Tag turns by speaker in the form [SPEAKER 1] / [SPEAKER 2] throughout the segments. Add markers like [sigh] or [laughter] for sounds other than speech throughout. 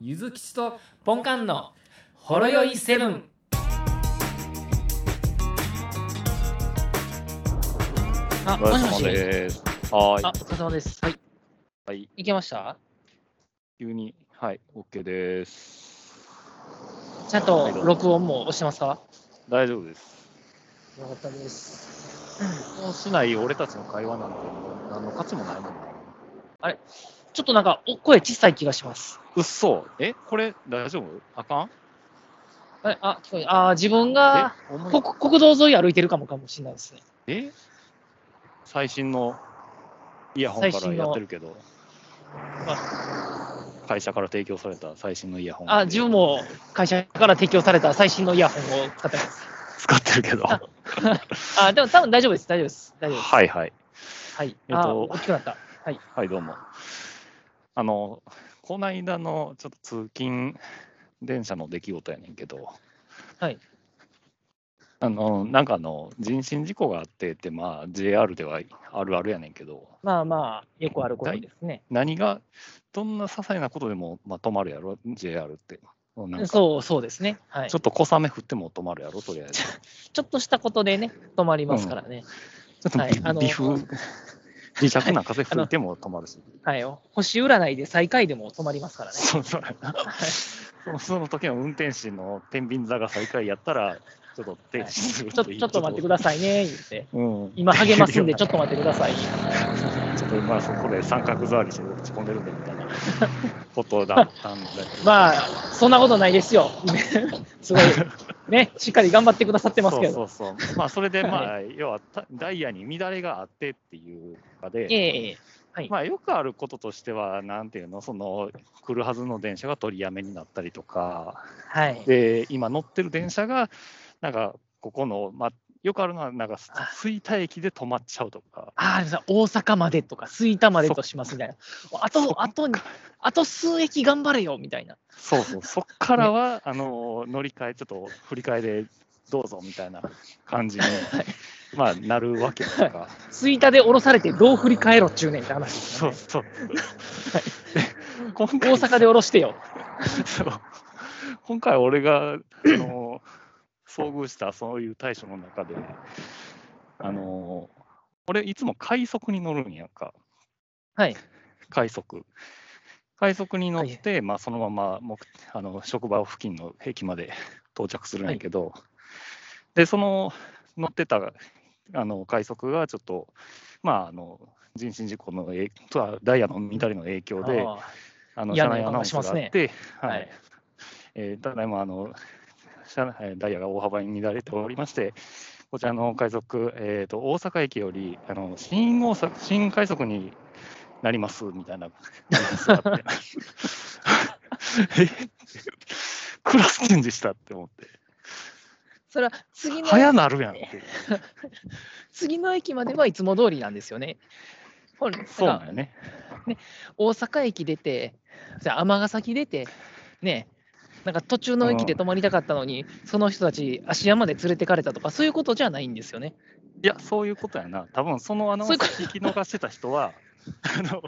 [SPEAKER 1] ゆずきちとポンカンのほろよいセブン。
[SPEAKER 2] あ、
[SPEAKER 3] お
[SPEAKER 2] もしも
[SPEAKER 3] 疲
[SPEAKER 2] し。
[SPEAKER 3] れ様です。はー
[SPEAKER 2] あ
[SPEAKER 3] い。、
[SPEAKER 2] お疲れ様です。はい。
[SPEAKER 3] はい。
[SPEAKER 2] いけました
[SPEAKER 3] 急に、はい、OK です。
[SPEAKER 2] ちゃん
[SPEAKER 3] は
[SPEAKER 2] と
[SPEAKER 3] いどうぞ
[SPEAKER 2] 録音も押してますかよ
[SPEAKER 3] 大丈夫です。
[SPEAKER 2] かったです。
[SPEAKER 3] この市内、俺たちの会話なんて、もう何の価値もないもんな。
[SPEAKER 2] ちょっとなんか、お声小さい気がします。
[SPEAKER 3] うっそ。え、これ、大丈夫あかん
[SPEAKER 2] あれあ、聞こえあー自分が
[SPEAKER 3] え、お前
[SPEAKER 2] 国国道沿い歩いてるかもかもしれないですね。
[SPEAKER 3] え最新のイヤホンからやってるけど
[SPEAKER 2] の、
[SPEAKER 3] 会社から提供された最新のイヤホン。
[SPEAKER 2] あ、自分。も会社から提供された最新のイヤホンを使ってます。
[SPEAKER 3] 使ってるけど。は
[SPEAKER 2] あ、でも多分大丈夫です。大丈夫です。大丈夫です。
[SPEAKER 3] いはい。
[SPEAKER 2] はい。
[SPEAKER 3] えっと
[SPEAKER 2] あ、大きくなった。はい。
[SPEAKER 3] はい、どうも。あの、こないだのちょっと通勤電車の出来事やねんけど、
[SPEAKER 2] はい。
[SPEAKER 3] あの、なんかあの、人身事故があってって、まあ、JR ではあるあるやねんけど、
[SPEAKER 2] まあまあ、よくあることですね。
[SPEAKER 3] 何が、どんな些細なことでも、まあ、止まるやろ、JR って。なんかちょ
[SPEAKER 2] そう、そうですね。はい。ちょ
[SPEAKER 3] っと小雨降っても止まるやろ、とりあえず。
[SPEAKER 2] ちょっとしたことでね、止まりますからね。
[SPEAKER 3] ちょっと
[SPEAKER 2] はいあの
[SPEAKER 3] 微微風、微弱な風吹いても止まるし。
[SPEAKER 2] はい。星占いで最下位でも止まりますからね。
[SPEAKER 3] そうそうそのその時の運転士の天秤座が最下位やったら、ちょっと停止する
[SPEAKER 2] ちょちょっと待ってくださいね、言って。
[SPEAKER 3] い。うん、
[SPEAKER 2] 今励ますんで、ちょっと待ってください。
[SPEAKER 3] ちょっと今 [laughs] そこで三角座りして落ち込んでるんでみ
[SPEAKER 2] [laughs]
[SPEAKER 3] たいなことだったんだけど。
[SPEAKER 2] まあ、そんなことないですよ。 [laughs] すごい。ね、しっかり頑張ってくださってますけ
[SPEAKER 3] そ
[SPEAKER 2] ど。
[SPEAKER 3] うそうそう。まあそれでまあ、要はたダイヤに乱れがあってっていうかで、
[SPEAKER 2] ええ
[SPEAKER 3] まあよくあることとしては、なんていうの、その来るはずの電車が取りやめになったりとか、
[SPEAKER 2] はい。
[SPEAKER 3] で、今乗ってる電車が、なんか、ここの、まあ、よくあるのは、なんか、す
[SPEAKER 2] あ
[SPEAKER 3] 吹田駅で止まっちゃうとか、
[SPEAKER 2] ああ、でもさ大阪までとか、吹田までとしますみたいな。あ
[SPEAKER 3] そっ
[SPEAKER 2] と、あと、あと数駅頑張れよ、みたいな。
[SPEAKER 3] そうそう、そっからは、あの、乗り換え、ちょっと振り替えでどうぞみたいな感じに、まあ、なるわけとか、
[SPEAKER 2] 吹田で降ろされて、どう振り返ろっちゅうねんって話です
[SPEAKER 3] そ
[SPEAKER 2] よ
[SPEAKER 3] う
[SPEAKER 2] ね。
[SPEAKER 3] そう。で今
[SPEAKER 2] 大
[SPEAKER 3] 回
[SPEAKER 2] 阪で降ろしてよ。
[SPEAKER 3] そう今回俺があの遭遇したそういう対処の中で、あの俺いつも快速に乗るんやんか。
[SPEAKER 2] はい。
[SPEAKER 3] 快速。快速に乗って、まあ、そのまま目あの職場付近の駅まで [laughs] 到着するんやけど、でその乗ってたあの快速がちょっと、まあ、あの人身事故の影とはダイヤの乱れの影響で、
[SPEAKER 2] あ
[SPEAKER 3] あの
[SPEAKER 2] 嫌な予感
[SPEAKER 3] 車内アナウ
[SPEAKER 2] が
[SPEAKER 3] ン
[SPEAKER 2] し
[SPEAKER 3] ス
[SPEAKER 2] ま
[SPEAKER 3] が
[SPEAKER 2] す
[SPEAKER 3] あ
[SPEAKER 2] ね
[SPEAKER 3] って、
[SPEAKER 2] あ
[SPEAKER 3] はい。えーただいまあの [laughs] 車内えーダイヤが大幅に乱れておりまして、こちらの快速、えー、と大阪駅よりあの新大阪新快速になりますみたいなアナウンスがあって、えクラスチェンジしたって思って、
[SPEAKER 2] それは次の
[SPEAKER 3] 早なるやんって、
[SPEAKER 2] 次の駅まではいつも通りなんですよね。ほら
[SPEAKER 3] そう
[SPEAKER 2] なんか
[SPEAKER 3] なんよね。
[SPEAKER 2] 大阪駅出て、じゃあ尼崎出て、ね、なんか途中の駅で泊まりたかったのに、その人たち、芦屋まで連れてかれたとか、そういうことじゃないんですよね。
[SPEAKER 3] いや、そういうことやな、多分そのアナウンス聞き逃してた人は、 [laughs] あの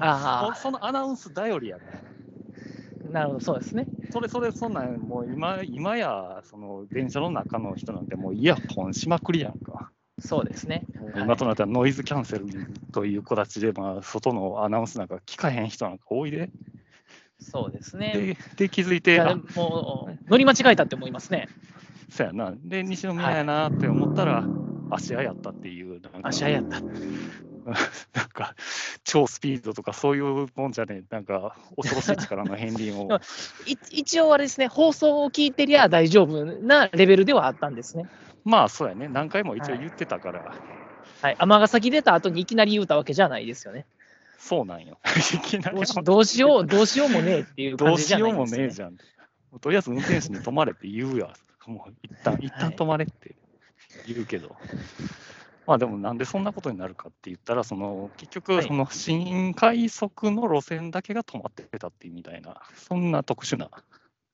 [SPEAKER 2] あ
[SPEAKER 3] そのアナウンス頼りやから。
[SPEAKER 2] あ、なるほど、そうですね。
[SPEAKER 3] それそれそんなんもう今今やその電車の中の人なんてもうイヤホンしまくりやんか、
[SPEAKER 2] そうですね。はい
[SPEAKER 3] 今となってはノイズキャンセルという形でまあ外のアナウンスなんか聞かへん人なんか多いで
[SPEAKER 2] そうですね。
[SPEAKER 3] でで気づい
[SPEAKER 2] い
[SPEAKER 3] て
[SPEAKER 2] や
[SPEAKER 3] あ
[SPEAKER 2] もう乗り間違えたって思いますね。
[SPEAKER 3] そうやなで西宮やなって思ったら芦屋やったっていうなんか
[SPEAKER 2] 芦屋やった。
[SPEAKER 3] なんか超スピードとかそういうもんじゃねえなんか恐ろしい力の片鱗
[SPEAKER 2] [laughs]
[SPEAKER 3] を
[SPEAKER 2] い一応あれですね、放送を聞いてりゃ大丈夫なレベルではあったんですね。
[SPEAKER 3] まあそうやね何回も一応言ってたから、
[SPEAKER 2] はい、尼崎出た後にいきなり言うたわけじゃないです
[SPEAKER 3] [laughs]
[SPEAKER 2] よね。
[SPEAKER 3] そうなんよ [laughs] いきなり
[SPEAKER 2] どうしどうしよう、どうしようもねえっていう
[SPEAKER 3] ど
[SPEAKER 2] 感
[SPEAKER 3] う
[SPEAKER 2] じ
[SPEAKER 3] し
[SPEAKER 2] じゃな
[SPEAKER 3] よ
[SPEAKER 2] いうん
[SPEAKER 3] も
[SPEAKER 2] ですよ
[SPEAKER 3] ねえ
[SPEAKER 2] ね。
[SPEAKER 3] じゃん。もうとりあえず運転手に止まれって言うや。もう一旦、一旦止まれって言うけど。まあでもなんでそんなことになるかって言ったら、その結
[SPEAKER 2] は
[SPEAKER 3] 局、
[SPEAKER 2] い
[SPEAKER 3] その新快速の路線だけが止まってたっていうみたいな、そんな特殊な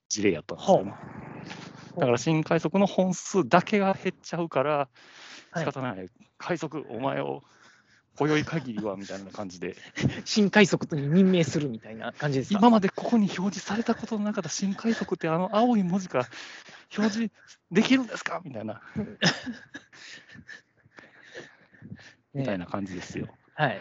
[SPEAKER 3] 事例やったんですよね。
[SPEAKER 2] う
[SPEAKER 3] だから新快速の本数だけが減っちゃうから、
[SPEAKER 2] はい
[SPEAKER 3] 仕方ない、快速、お前を今宵限りはみたいな感じで、
[SPEAKER 2] 新快速に任命するみたいな感じですか
[SPEAKER 3] 今までここに表示されたことのなかった新快速って、あの青い文字が表示できるんですかみたいな、みたい
[SPEAKER 2] ね
[SPEAKER 3] な感じですよ。
[SPEAKER 2] はい。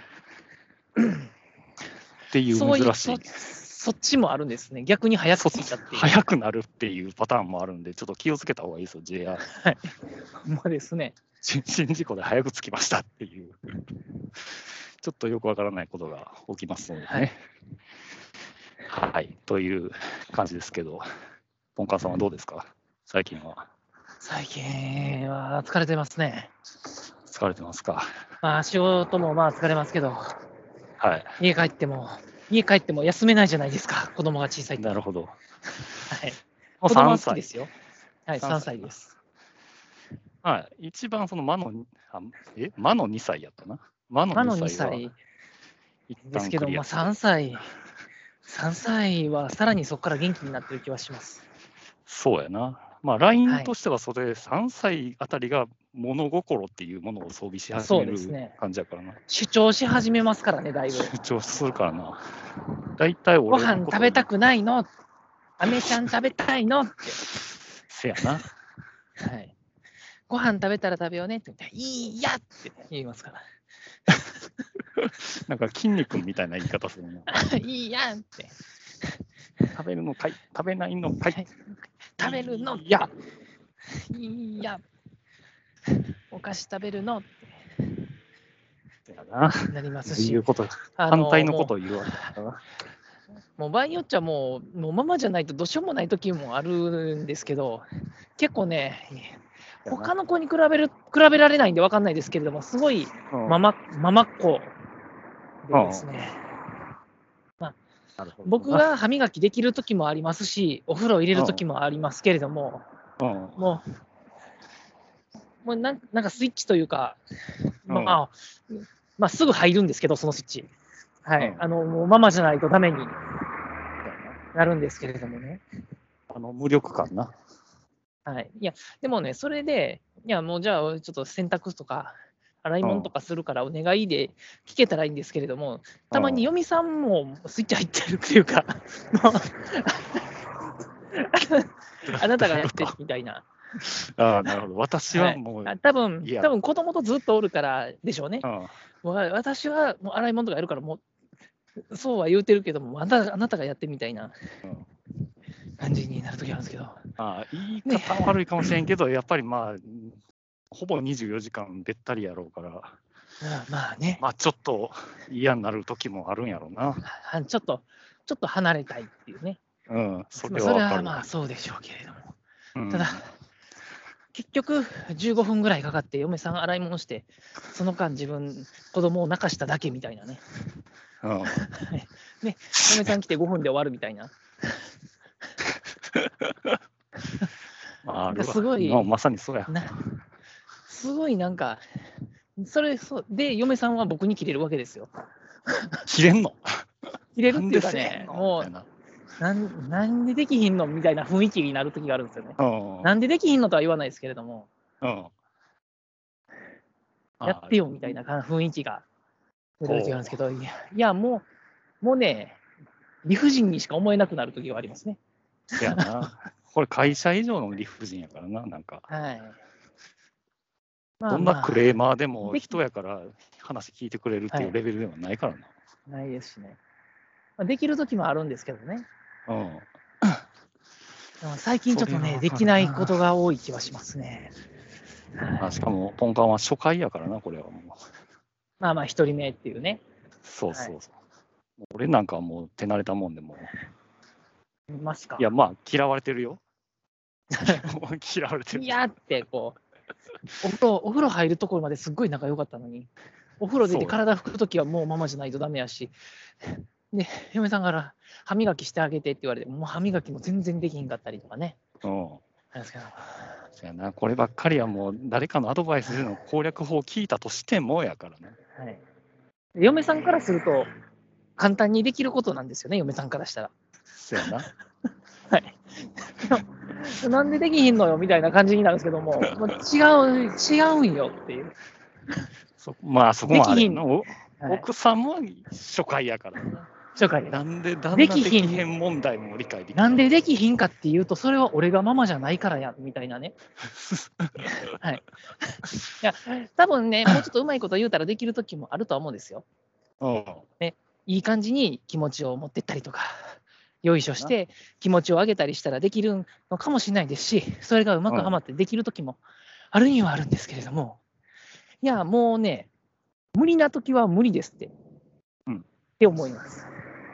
[SPEAKER 3] っていう
[SPEAKER 2] そういう
[SPEAKER 3] 珍し
[SPEAKER 2] そ
[SPEAKER 3] い、
[SPEAKER 2] そっちもあるんですね。逆に早く着いたっていう。
[SPEAKER 3] 早くなるっていうパターンもあるんで、ちょっと気をつけた方がいいですよ、JR。 [laughs]
[SPEAKER 2] ほんまですね。
[SPEAKER 3] 新新事故で早く着きましたっていう、ちょっとよくわからないことが起きますのでね。はい、という感じですけど、ポンカンさんはどうですか、最近は。
[SPEAKER 2] 最近は疲れてますね。
[SPEAKER 3] 疲れてますか。
[SPEAKER 2] まあ仕事もまあ疲れますけど、
[SPEAKER 3] はい、
[SPEAKER 2] 家帰っても、家帰っても休めないじゃないですか。子供が小さいと。
[SPEAKER 3] な
[SPEAKER 2] は
[SPEAKER 3] るほど。も
[SPEAKER 2] い。
[SPEAKER 3] う
[SPEAKER 2] 子供は好
[SPEAKER 3] 3
[SPEAKER 2] き
[SPEAKER 3] 歳
[SPEAKER 2] ですよ。はい、
[SPEAKER 3] 三
[SPEAKER 2] 3
[SPEAKER 3] 歳
[SPEAKER 2] 歳です。
[SPEAKER 3] はい、一番その魔の、あえ、魔の2歳やったな。魔の
[SPEAKER 2] まあの
[SPEAKER 3] 2
[SPEAKER 2] 2
[SPEAKER 3] 歳は
[SPEAKER 2] 歳
[SPEAKER 3] 一
[SPEAKER 2] で
[SPEAKER 3] 旦
[SPEAKER 2] すけ
[SPEAKER 3] ク
[SPEAKER 2] ど、
[SPEAKER 3] リ
[SPEAKER 2] まあ
[SPEAKER 3] アする
[SPEAKER 2] 3歳、3歳はさらにそこから元気になってる気はします。
[SPEAKER 3] そうやな。まあ、LINE としては、それ、3歳あたりが物心っていうものを装備し始め
[SPEAKER 2] そうです
[SPEAKER 3] る
[SPEAKER 2] ね
[SPEAKER 3] 感じやからな。
[SPEAKER 2] 主張し始めますからね、だいぶ。
[SPEAKER 3] 主張するからな。大体
[SPEAKER 2] ご
[SPEAKER 3] 俺の
[SPEAKER 2] 飯
[SPEAKER 3] こと
[SPEAKER 2] 食べたくないのアメちゃん食べたいのって。
[SPEAKER 3] せやな。
[SPEAKER 2] はい。ご飯食べたら食べようねって言ったら、いいやって言いますから。
[SPEAKER 3] [laughs] なんか筋肉みたいな言い方するな。
[SPEAKER 2] いいやんって。
[SPEAKER 3] 食べるのかい食べないのかい
[SPEAKER 2] 食べるの
[SPEAKER 3] いや
[SPEAKER 2] いいやお菓子食べるのって
[SPEAKER 3] せやな。
[SPEAKER 2] なります
[SPEAKER 3] そうい
[SPEAKER 2] し
[SPEAKER 3] う、こと、
[SPEAKER 2] あの
[SPEAKER 3] 反対のことを言うわけだから。
[SPEAKER 2] もうもう場合によっちゃもう、もうママじゃないとどうしようもない時もあるんですけど、結構ね、
[SPEAKER 3] せやな
[SPEAKER 2] 他の子に比べる比べられないんで分かんないですけれども、すごい
[SPEAKER 3] うん
[SPEAKER 2] ママママっ子でですね。
[SPEAKER 3] なるほどな
[SPEAKER 2] 僕は歯磨きできる時もありますし、お風呂入れる時もありますけれども、
[SPEAKER 3] うん
[SPEAKER 2] もう、もうなんなんかスイッチというか、まあ、
[SPEAKER 3] うん
[SPEAKER 2] まあまあ、すぐ入るんですけど、そのスイッチ。はい。
[SPEAKER 3] うん
[SPEAKER 2] あの、もうママじゃないとダメになるんですけれどもね。
[SPEAKER 3] あの無力感な。
[SPEAKER 2] はい。いや、でもね、それで、いや、もうじゃあ、ちょっと洗濯とか、洗い物とかするからお願いで聞けたらいいんですけれども、たまに
[SPEAKER 3] うん
[SPEAKER 2] 嫁さんもスイッチ入ってるっていうか、もうあなたがやってみたいな。
[SPEAKER 3] ああ、なるほど。私はもう、
[SPEAKER 2] あ多分
[SPEAKER 3] いや
[SPEAKER 2] 多分子供とずっとおるからでしょうね。
[SPEAKER 3] うん
[SPEAKER 2] もうわ私はもう洗い物とかやるから、もうそうは言うてるけども、あなたあなたがやってみたいな
[SPEAKER 3] うん
[SPEAKER 2] 感じになるときあるんですけど、
[SPEAKER 3] ああ言い方は悪いかもしれんけど、やっぱりまあ、ほぼ24時間べったりやろうから、
[SPEAKER 2] うんまあね、
[SPEAKER 3] まあちょっと嫌になる時もあるんやろうな。
[SPEAKER 2] はちょっと、ちょっと離れたいっていうね。
[SPEAKER 3] うん、そ
[SPEAKER 2] まあ
[SPEAKER 3] れ
[SPEAKER 2] そ
[SPEAKER 3] は
[SPEAKER 2] れ
[SPEAKER 3] わか
[SPEAKER 2] は
[SPEAKER 3] る。
[SPEAKER 2] まあそうでしょうけれども。
[SPEAKER 3] うん
[SPEAKER 2] ただ、結局、15分ぐらいかかって、嫁さん洗い物して、その間、自分、子供を泣かしただけみたいなね、
[SPEAKER 3] うん
[SPEAKER 2] 嫁さん来て5分で終わるみたいな、
[SPEAKER 3] まあ、あるわ
[SPEAKER 2] すごい
[SPEAKER 3] まあまさにそうや。
[SPEAKER 2] なすごいなんか、それそう、で、嫁さんは僕に切れるわけですよ。
[SPEAKER 3] 切れんの
[SPEAKER 2] 切れるっていうかね、も
[SPEAKER 3] なんで
[SPEAKER 2] うなん、なんでできひんのみたいな雰囲気になる時があるんですよね
[SPEAKER 3] せ。んのみたいな
[SPEAKER 2] なんでできひんのとは言わないですけれども、
[SPEAKER 3] うん。うん。
[SPEAKER 2] やって
[SPEAKER 3] よ。
[SPEAKER 2] よみたいな感雰囲気が出る時があるんですけど、いや、いやもう、もうね、理不尽にしか思えなくなる時はありますね。
[SPEAKER 3] せやな。これ会社以上の理不尽やからな、なんか。
[SPEAKER 2] はい。ま
[SPEAKER 3] どんなクレーマーでも
[SPEAKER 2] でき
[SPEAKER 3] 人やから話聞いてくれるっていうレベルではないからな。
[SPEAKER 2] ないですしね。まあ、できる時もあるんですけどね。
[SPEAKER 3] うん。
[SPEAKER 2] でも最近ちょっと
[SPEAKER 3] それは
[SPEAKER 2] ね、
[SPEAKER 3] わか
[SPEAKER 2] で
[SPEAKER 3] るな
[SPEAKER 2] きないことが多い気はしますね。は
[SPEAKER 3] あ
[SPEAKER 2] い、
[SPEAKER 3] しかも、ポンカンは初回やからな、これはもう。
[SPEAKER 2] まあまあ、一人目っていうね。
[SPEAKER 3] そうそうそう。俺なんかはもう手慣れたもんでもう
[SPEAKER 2] いますか
[SPEAKER 3] いや、まあ、嫌われて
[SPEAKER 2] [laughs]
[SPEAKER 3] るよ。嫌われてる。
[SPEAKER 2] いやーってこうお風呂、お風呂入るところまですっごい仲良かったのに、お風呂出
[SPEAKER 3] そ
[SPEAKER 2] て
[SPEAKER 3] う
[SPEAKER 2] 体拭くときはもうママじゃないとダメやし、で、嫁さんから歯磨きしてあげてって言われて、もう歯磨きも全然できひんかったりとかね。
[SPEAKER 3] うん。
[SPEAKER 2] なんですけど
[SPEAKER 3] そやな、こればっかりはもう、誰かのアドバイスでの攻略法を聞いたとしてもやからね。
[SPEAKER 2] はい、嫁さんからすると、簡単にできることなんですよね、嫁さんからしたら。
[SPEAKER 3] そやな。
[SPEAKER 2] なんでできひんのよみたいな感じになるんですけども、もう違う、違うんよっていう。
[SPEAKER 3] そまあ、そこもあれ
[SPEAKER 2] できひん
[SPEAKER 3] なお
[SPEAKER 2] はい
[SPEAKER 3] 奥さんも初回やからな。
[SPEAKER 2] 初回です
[SPEAKER 3] なんで旦那
[SPEAKER 2] で
[SPEAKER 3] で
[SPEAKER 2] き
[SPEAKER 3] き
[SPEAKER 2] ひん
[SPEAKER 3] へん問題も理解でき
[SPEAKER 2] なんでできひんかっていうと、それは俺がママじゃないからや、みたい
[SPEAKER 3] [laughs]
[SPEAKER 2] なね。はい。 [laughs] いや、多分ね、もうちょっとうまいこと言うたらできる時もあるとは思うんですよ。
[SPEAKER 3] うん。
[SPEAKER 2] いい感じに気持ちを持ってったりとか、よいしょして気持ちを上げたりしたらできるのかもしれないですし、それがうまくはまってできる時もあるにはあるんですけれども、いや、もうね、無理な時は無理ですって、
[SPEAKER 3] うん
[SPEAKER 2] って思います。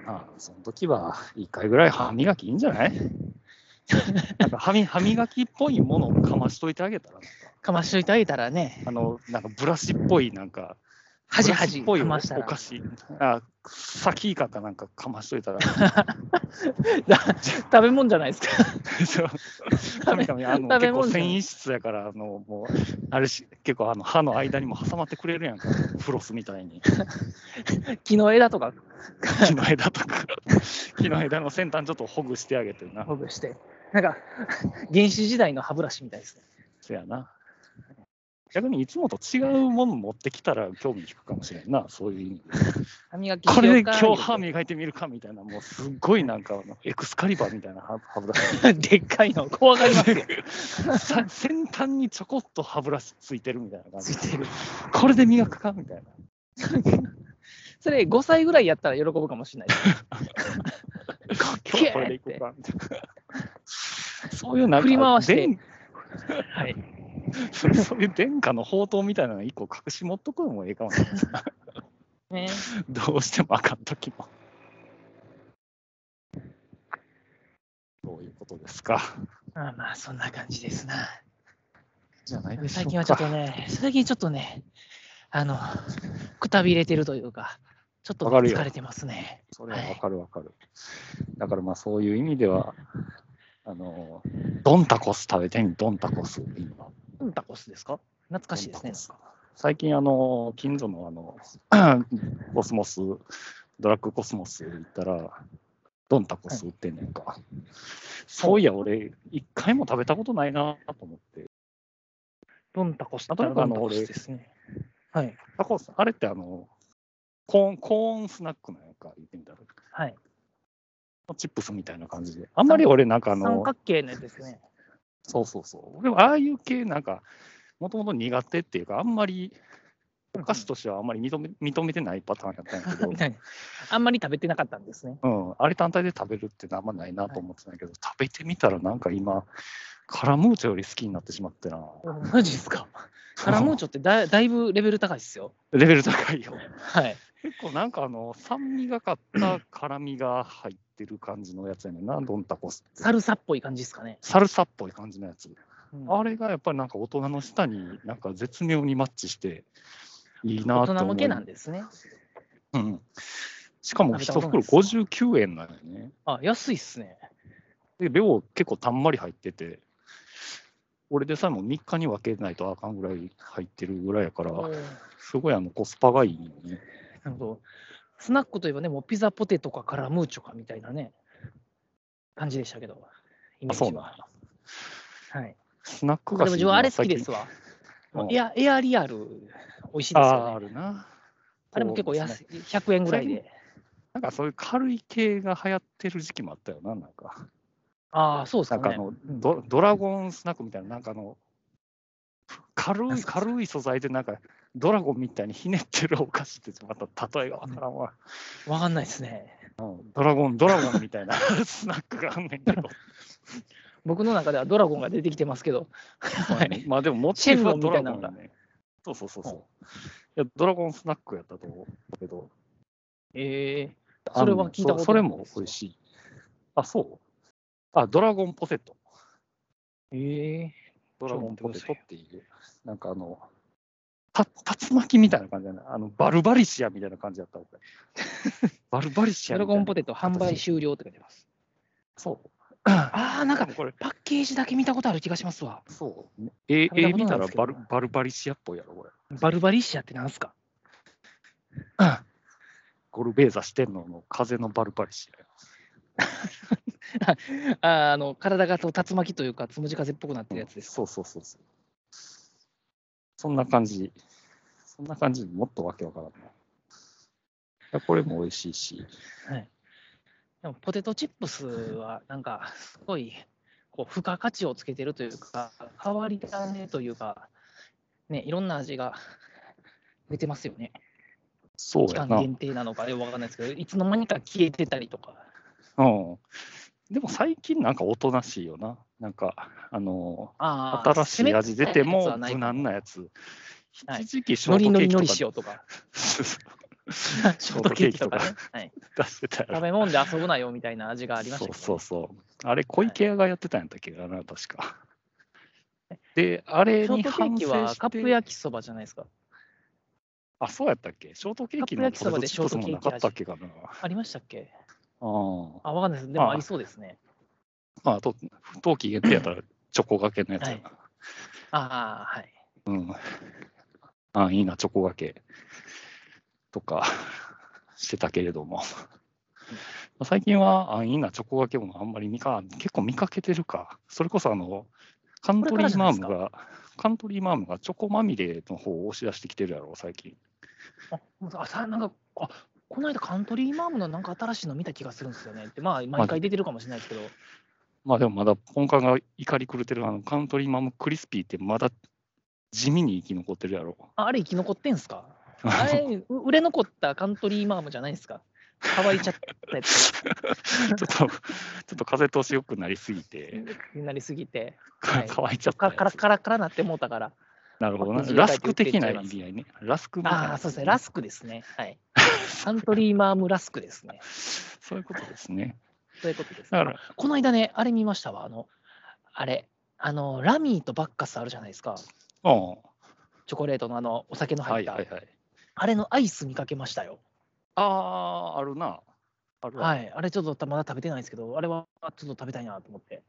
[SPEAKER 3] あその時は、一回ぐらい歯磨きいいんじゃない
[SPEAKER 2] [laughs]
[SPEAKER 3] なんか歯み歯磨きっぽいものをかましといてあげたらなんか、
[SPEAKER 2] かましといてあげたらね、
[SPEAKER 3] あの、なんかブラシっぽい、なんか、
[SPEAKER 2] はじはじ
[SPEAKER 3] ブラシっぽい
[SPEAKER 2] か
[SPEAKER 3] お
[SPEAKER 2] ました
[SPEAKER 3] お
[SPEAKER 2] ら
[SPEAKER 3] 菓。子、あ、先イカかなんかかましとい
[SPEAKER 2] [laughs]
[SPEAKER 3] たら、
[SPEAKER 2] 食べ物じゃないですか。
[SPEAKER 3] そう神々あ
[SPEAKER 2] 食
[SPEAKER 3] の
[SPEAKER 2] べ
[SPEAKER 3] 結
[SPEAKER 2] 物
[SPEAKER 3] 構
[SPEAKER 2] じゃない
[SPEAKER 3] 繊維質やから、あのもうあれし結構あの歯の間にも挟まってくれるやんか、フロスみたいに。
[SPEAKER 2] 木の枝とか
[SPEAKER 3] 木の枝とか、木の枝の先端ちょっとほぐしてあげてな。
[SPEAKER 2] ほぐして、なんか原始時代の歯ブラシみたいですね。
[SPEAKER 3] そやな。逆にいつもと違うもの持ってきたら興味引くかもしれんな、そういう意味で。
[SPEAKER 2] 歯磨きしようか
[SPEAKER 3] これで今日
[SPEAKER 2] 言
[SPEAKER 3] 歯
[SPEAKER 2] う
[SPEAKER 3] 磨いてみるかみたいな、もうすっごいなんかあのエクスカリバーみたいな歯歯ブラシ。
[SPEAKER 2] てでっかいの、怖がりますよ。
[SPEAKER 3] さ先端にちょこっと歯ブラシ [laughs] ついてるみたいな感
[SPEAKER 2] つ
[SPEAKER 3] じ
[SPEAKER 2] い。てる。
[SPEAKER 3] これで磨くかみたいな。
[SPEAKER 2] それ5歳ぐらいやったら喜ぶかもしれないです。
[SPEAKER 3] 今日はこれでいこうかみたいな。そういうなんか
[SPEAKER 2] 振り回して
[SPEAKER 3] 伝
[SPEAKER 2] はい。
[SPEAKER 3] そう [laughs] そういう殿下の宝刀みたいなの一個隠し持っとくのもええかもしれない。
[SPEAKER 2] ね、
[SPEAKER 3] どうしてもあかんときも。どういうことですか。
[SPEAKER 2] まあまあ、そんな感じですな。
[SPEAKER 3] じゃないでしょ
[SPEAKER 2] 最
[SPEAKER 3] うか。
[SPEAKER 2] 近はちょっとね、最近ちょっとね、あの、くたびれてるというか、ちょっと
[SPEAKER 3] わかるよ
[SPEAKER 2] 疲れてますね。
[SPEAKER 3] それはわかるわかる。だからまあそういう意味では、あの、ドンタコス食べてみ、ドンタコス。今
[SPEAKER 2] うんタコスですか懐かしいですね。
[SPEAKER 3] 最近あの、近所の [coughs] あの、コスモス、ドラッグコスモス行ったら、ドンタコス売ってんねんか。そういや、俺、一回も食べたことないなと思って。
[SPEAKER 2] ドンタコス
[SPEAKER 3] 例えばあの
[SPEAKER 2] ドンタコスですね。はい。
[SPEAKER 3] タコス、あれってあの、コーン、コーンスナックなんやんか、言ってみたら。
[SPEAKER 2] はい。
[SPEAKER 3] チップスみたいな感じで。あんまり俺なんかあ
[SPEAKER 2] 三
[SPEAKER 3] の、
[SPEAKER 2] 角形のやつですね。
[SPEAKER 3] そうそうそう。でも、ああいう系、なんか、もともと苦手っていうか、あんまり、お菓子としてはあんまり認め認めてないパターンやったんやけど、
[SPEAKER 2] [laughs] あんまり食べてなかったんですね。 [laughs]
[SPEAKER 3] うん、あれ単体で食べるってあんまないなと思ってたんやけど、食べてみたら、なんか今、カラムーチョより好きになってしまってな。
[SPEAKER 2] マジですか。カラムーチョって
[SPEAKER 3] [laughs]
[SPEAKER 2] だだいぶレベル高いですよ。
[SPEAKER 3] レベル高いよ。
[SPEAKER 2] はい。
[SPEAKER 3] 結構なんかあの、酸味がかった辛みが入ってる感じのやつやねんな、ドンタコスって。
[SPEAKER 2] サルサっぽい感じですかね。
[SPEAKER 3] サルサっぽい感じのやつ。
[SPEAKER 2] あ
[SPEAKER 3] あれがやっぱりなんか大人の舌になんか絶妙にマッチして、いいな
[SPEAKER 2] 大
[SPEAKER 3] と思
[SPEAKER 2] 人
[SPEAKER 3] う
[SPEAKER 2] 向けなんですね。
[SPEAKER 3] うん、しか
[SPEAKER 2] 食
[SPEAKER 3] も
[SPEAKER 2] べたこ
[SPEAKER 3] 1
[SPEAKER 2] と
[SPEAKER 3] 袋59円なのよね。
[SPEAKER 2] あ、安いっすね。
[SPEAKER 3] で、量結構たんまり入ってて、俺でさえも3日に分けないとあかんぐらい入ってるぐらいやから、
[SPEAKER 2] おーな
[SPEAKER 3] すごいあのコスパがいいよね。
[SPEAKER 2] るほど。スナックといえばね、もうピザポテトかカラムーチョかみたいなね、感じでしたけど、イメ
[SPEAKER 3] あ
[SPEAKER 2] ー
[SPEAKER 3] そう
[SPEAKER 2] ジ
[SPEAKER 3] な
[SPEAKER 2] は。
[SPEAKER 3] んだ
[SPEAKER 2] はい。
[SPEAKER 3] スナック
[SPEAKER 2] で
[SPEAKER 3] 菓
[SPEAKER 2] も
[SPEAKER 3] 子
[SPEAKER 2] 自分あれ好きです
[SPEAKER 3] わ。
[SPEAKER 2] わ。
[SPEAKER 3] うん
[SPEAKER 2] もうエアエアリアル、美味しい
[SPEAKER 3] あ
[SPEAKER 2] です
[SPEAKER 3] あー、
[SPEAKER 2] よ
[SPEAKER 3] あ
[SPEAKER 2] ね。
[SPEAKER 3] るな。
[SPEAKER 2] あれも結構
[SPEAKER 3] こう
[SPEAKER 2] 安い、100円ぐらい
[SPEAKER 3] それ
[SPEAKER 2] で。
[SPEAKER 3] なんかそういう軽い系が流行ってる時期もあったよな、なんか。
[SPEAKER 2] ああ、そうです
[SPEAKER 3] な
[SPEAKER 2] か
[SPEAKER 3] んかあ
[SPEAKER 2] ね。
[SPEAKER 3] の、ドドラゴンスナックみたいな、なんかあの、軽
[SPEAKER 2] あ
[SPEAKER 3] い、
[SPEAKER 2] そうそう
[SPEAKER 3] 軽い素材で、なんか、ドラゴンみたいにひねってるお菓子って、また例えがわからんわ。
[SPEAKER 2] わかんないですね。
[SPEAKER 3] ドラゴン、ドラゴンみたいな [laughs] スナックがあんねんけど。
[SPEAKER 2] 僕の中ではドラゴンが出てきてますけど、はい。
[SPEAKER 3] まあでも、モチーフは
[SPEAKER 2] シェンロン
[SPEAKER 3] ド
[SPEAKER 2] みたい
[SPEAKER 3] ラ
[SPEAKER 2] な
[SPEAKER 3] ゴ
[SPEAKER 2] の
[SPEAKER 3] ン
[SPEAKER 2] が
[SPEAKER 3] だね。そうそうそうそう。いや、ドラゴンスナックやったと思うけど。
[SPEAKER 2] えー、それは聞いたこと
[SPEAKER 3] あん
[SPEAKER 2] な
[SPEAKER 3] の
[SPEAKER 2] い
[SPEAKER 3] そそれも美味しい。あ、そうあ、ドラゴンポテト。
[SPEAKER 2] ええ
[SPEAKER 3] ドラゴンポテトっていう、なんかあの、た竜巻みたいな感じだね。あの、バルバリシアみたいな感じだった。俺 [laughs] バルバリシ
[SPEAKER 2] ド
[SPEAKER 3] ア
[SPEAKER 2] ラ
[SPEAKER 3] み
[SPEAKER 2] ゴ
[SPEAKER 3] たい
[SPEAKER 2] ン
[SPEAKER 3] な
[SPEAKER 2] ポ。テト販売終了って書いてます。
[SPEAKER 3] そう。
[SPEAKER 2] ああ、なんか
[SPEAKER 3] これ、
[SPEAKER 2] パッケージだけ見たことある気がしますわ。
[SPEAKER 3] そう。え、
[SPEAKER 2] 食べた
[SPEAKER 3] え
[SPEAKER 2] こと
[SPEAKER 3] 見
[SPEAKER 2] ない
[SPEAKER 3] た
[SPEAKER 2] で
[SPEAKER 3] ら
[SPEAKER 2] すけど
[SPEAKER 3] バルバルバリシアっぽいやろ、これ。
[SPEAKER 2] バルバリシアってなんすか
[SPEAKER 3] ゴルベーザしてんのの風のバルバリシアや。
[SPEAKER 2] あーあの体がと竜巻というか、つむじ風っぽくなってるやつです。
[SPEAKER 3] そうそうそうそう。そんな感じ。そんな感じでもっとわけわからないいや。これも美味しいし。
[SPEAKER 2] はい、でもポテトチップスは、なんか、すごい、こう、付加価値をつけてるというか、変わり種というか、ね、いろんな味が出てますよね。
[SPEAKER 3] そう
[SPEAKER 2] 期
[SPEAKER 3] や
[SPEAKER 2] 間
[SPEAKER 3] な。
[SPEAKER 2] 限定なのか、よくわかんないですけど、いつの間にか消えてたりとか。
[SPEAKER 3] うん。でも最近なんかおとなしいよな。なんか、あの、
[SPEAKER 2] あー
[SPEAKER 3] 新しい味出
[SPEAKER 2] 攻
[SPEAKER 3] て
[SPEAKER 2] めたやつ
[SPEAKER 3] も
[SPEAKER 2] はない
[SPEAKER 3] 無難なやつ。
[SPEAKER 2] はい
[SPEAKER 3] 一時期ショ
[SPEAKER 2] ノリ
[SPEAKER 3] ート
[SPEAKER 2] ノ
[SPEAKER 3] ケー
[SPEAKER 2] リ
[SPEAKER 3] キ
[SPEAKER 2] ノ
[SPEAKER 3] と
[SPEAKER 2] リ
[SPEAKER 3] か
[SPEAKER 2] しようと
[SPEAKER 3] [laughs]
[SPEAKER 2] か、ショー
[SPEAKER 3] ョー
[SPEAKER 2] ト
[SPEAKER 3] ト
[SPEAKER 2] ケー
[SPEAKER 3] ケー
[SPEAKER 2] キ
[SPEAKER 3] キ
[SPEAKER 2] と
[SPEAKER 3] と
[SPEAKER 2] か
[SPEAKER 3] か
[SPEAKER 2] ね、はい、
[SPEAKER 3] 出してたや
[SPEAKER 2] 食べ物で遊ぶなよみたいな味がありま
[SPEAKER 3] ろ。
[SPEAKER 2] したけ
[SPEAKER 3] そう
[SPEAKER 2] どね、
[SPEAKER 3] そうそう。あれ、小池屋がやってたんやったっけかな、確か。で、あれ
[SPEAKER 2] ショー
[SPEAKER 3] に
[SPEAKER 2] トケ
[SPEAKER 3] 反
[SPEAKER 2] ー
[SPEAKER 3] 省
[SPEAKER 2] キ
[SPEAKER 3] し
[SPEAKER 2] は
[SPEAKER 3] て
[SPEAKER 2] カップ焼きそばじゃないですか。
[SPEAKER 3] あ、そうやったっけショートケーキ
[SPEAKER 2] カッ
[SPEAKER 3] の
[SPEAKER 2] プ焼きそばで
[SPEAKER 3] ポテトチップスもなかったっけかな。
[SPEAKER 2] ありましたっけ
[SPEAKER 3] ああ
[SPEAKER 2] あ、わかんないです。でも
[SPEAKER 3] ああ
[SPEAKER 2] ありそうですね。
[SPEAKER 3] まあ、と冬季限定やったらチョコがけのやつやな。
[SPEAKER 2] ああ、はい。
[SPEAKER 3] あいいな、チョコがけとかしてたけれども。最近は、あいいな、チョコがけもあんまり見か、結構見かけてるか。それこそ、あの、カント
[SPEAKER 2] これ
[SPEAKER 3] リ
[SPEAKER 2] からじ
[SPEAKER 3] ー
[SPEAKER 2] ゃな
[SPEAKER 3] マ
[SPEAKER 2] い
[SPEAKER 3] ー
[SPEAKER 2] です
[SPEAKER 3] ム
[SPEAKER 2] か
[SPEAKER 3] が、カントリーマームがチョコまみれの方を押し出してきてるやろ、最近。
[SPEAKER 2] あ、もうあさなんか、あこの間カントリーマームのなんか新しいの見た気がするんですよねって、まあ、毎回出てるかもしれないですけど、
[SPEAKER 3] まあでもまだ、本館が怒り狂ってる、あの、カントリーマームクリスピーってまだ地味に生き残ってるやろ。
[SPEAKER 2] ああれ生き残ってんす
[SPEAKER 3] [laughs]
[SPEAKER 2] かあれ、う売れ残ったカントリーマームじゃないですか。乾いちゃったやつ
[SPEAKER 3] ちょっと、ちょっと風通し良くなりすぎて、
[SPEAKER 2] になりすぎ
[SPEAKER 3] [laughs]
[SPEAKER 2] て、はい
[SPEAKER 3] 乾いちゃった
[SPEAKER 2] か
[SPEAKER 3] やつ。
[SPEAKER 2] からからからなって思ったから。
[SPEAKER 3] なるほどな
[SPEAKER 2] こっち。で
[SPEAKER 3] ラスク的な意味合いね。ラスクみたいな。
[SPEAKER 2] ああ、そうですね。ラスクですね。 [laughs] はい。カントリーマームラスクですね。
[SPEAKER 3] そういうことですね。
[SPEAKER 2] [laughs] そういうことです、
[SPEAKER 3] だから、
[SPEAKER 2] この間ね、あれ見ましたわ。あの、あれ、あの、ラミーとバッカスあるじゃないですか。
[SPEAKER 3] うん。
[SPEAKER 2] チョコレートのあの、お酒の
[SPEAKER 3] は
[SPEAKER 2] 入っ
[SPEAKER 3] い
[SPEAKER 2] た。
[SPEAKER 3] はいはい。
[SPEAKER 2] あれのアイス見かけましたよ。
[SPEAKER 3] ああ、あるな。ある。
[SPEAKER 2] はいい。あれちょっとまだ食べてないんですけど、あれはちょっと食べたいなと思って。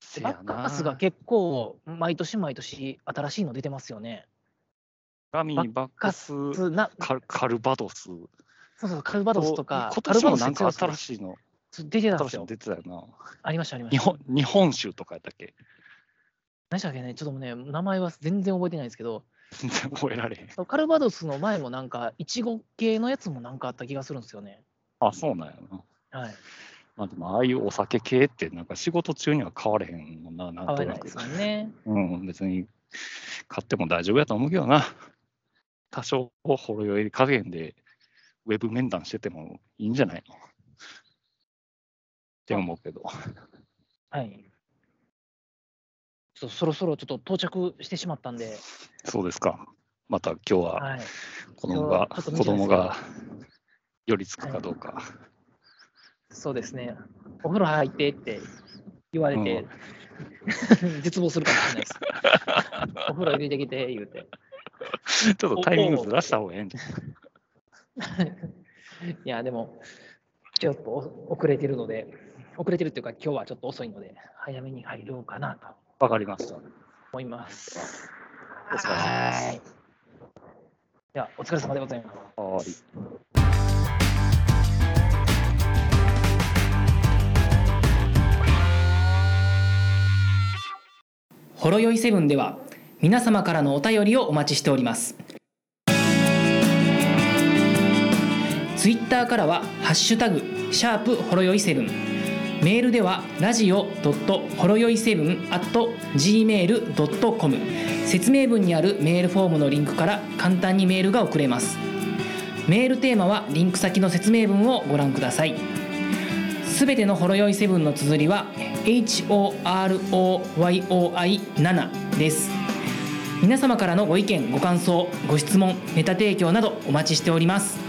[SPEAKER 3] せ
[SPEAKER 2] バ
[SPEAKER 3] や
[SPEAKER 2] ッ
[SPEAKER 3] な。
[SPEAKER 2] カスが結構、毎年毎年新しいの出てますよね。
[SPEAKER 3] ラミー、バッ
[SPEAKER 2] カ
[SPEAKER 3] カ
[SPEAKER 2] ス
[SPEAKER 3] ス、
[SPEAKER 2] な、
[SPEAKER 3] カルカルバドス。
[SPEAKER 2] そうそう、カルバドスとか、
[SPEAKER 3] 今年もなん
[SPEAKER 2] カルバ
[SPEAKER 3] か
[SPEAKER 2] ドス強い
[SPEAKER 3] 新
[SPEAKER 2] です
[SPEAKER 3] しいの、
[SPEAKER 2] そう出てたん
[SPEAKER 3] 新
[SPEAKER 2] で
[SPEAKER 3] し
[SPEAKER 2] す
[SPEAKER 3] いの
[SPEAKER 2] よ。
[SPEAKER 3] 出てたよな。
[SPEAKER 2] ありました、ありま
[SPEAKER 3] 日
[SPEAKER 2] した。
[SPEAKER 3] 本、日本酒とかやったっけ [laughs]
[SPEAKER 2] 何でしたっけね、ちょっともうね、名前は全然覚えてないんですけど、
[SPEAKER 3] 全然覚えられへん。
[SPEAKER 2] カルバドスの前もなんか、いちご系のやつもなんかあった気がするんですよね。
[SPEAKER 3] あ、そうなんやな。
[SPEAKER 2] はい。
[SPEAKER 3] まあでも、ああいうお酒系って、なんか仕事中には買われへんもんな、な
[SPEAKER 2] 合
[SPEAKER 3] ん
[SPEAKER 2] わ
[SPEAKER 3] と
[SPEAKER 2] な
[SPEAKER 3] な
[SPEAKER 2] で
[SPEAKER 3] いく。
[SPEAKER 2] すもんね。
[SPEAKER 3] うん、別に買っても大丈夫やと思うけどな。多少ほろ酔い加減でウェブ面談しててもいいんじゃないのって思うけど。
[SPEAKER 2] はい。ちょっとそろそろちょっと到着してしまったんで、
[SPEAKER 3] そうですか。また今日は
[SPEAKER 2] はい。
[SPEAKER 3] 子供が、
[SPEAKER 2] 今日はちょっと
[SPEAKER 3] 子供が
[SPEAKER 2] 短い
[SPEAKER 3] 寄りつくかどうか。
[SPEAKER 2] そうですね。お風呂入ってって言われて、 [laughs] 絶望するかもしれないです。お風呂入れてきて言うて。
[SPEAKER 3] ちょっとタイミングずらした方がええんじゃない
[SPEAKER 2] いや、でも、ちょっとお遅れてるので、遅れてるっていうか、今日はちょっと遅いので、早めに入ろうかなと
[SPEAKER 3] わかりました。
[SPEAKER 2] 思います。
[SPEAKER 3] お疲れ様です
[SPEAKER 2] はい。では、お疲れ様でございます。
[SPEAKER 3] はーい。
[SPEAKER 1] ほろよいセブンでは皆様からのお便りをお待ちしておりますツイッターからは「ハッシュタグシャープほろよいセブン」メールではラジオドットほろよいセブン at gmail.com 説明文にあるメールフォームのリンクから簡単にメールが送れますメールテーマはリンク先の説明文をご覧くださいすべてのほろ酔いセブンの綴りは HOROYOI7 です皆様からのご意見ご感想ご質問ネタ提供などお待ちしております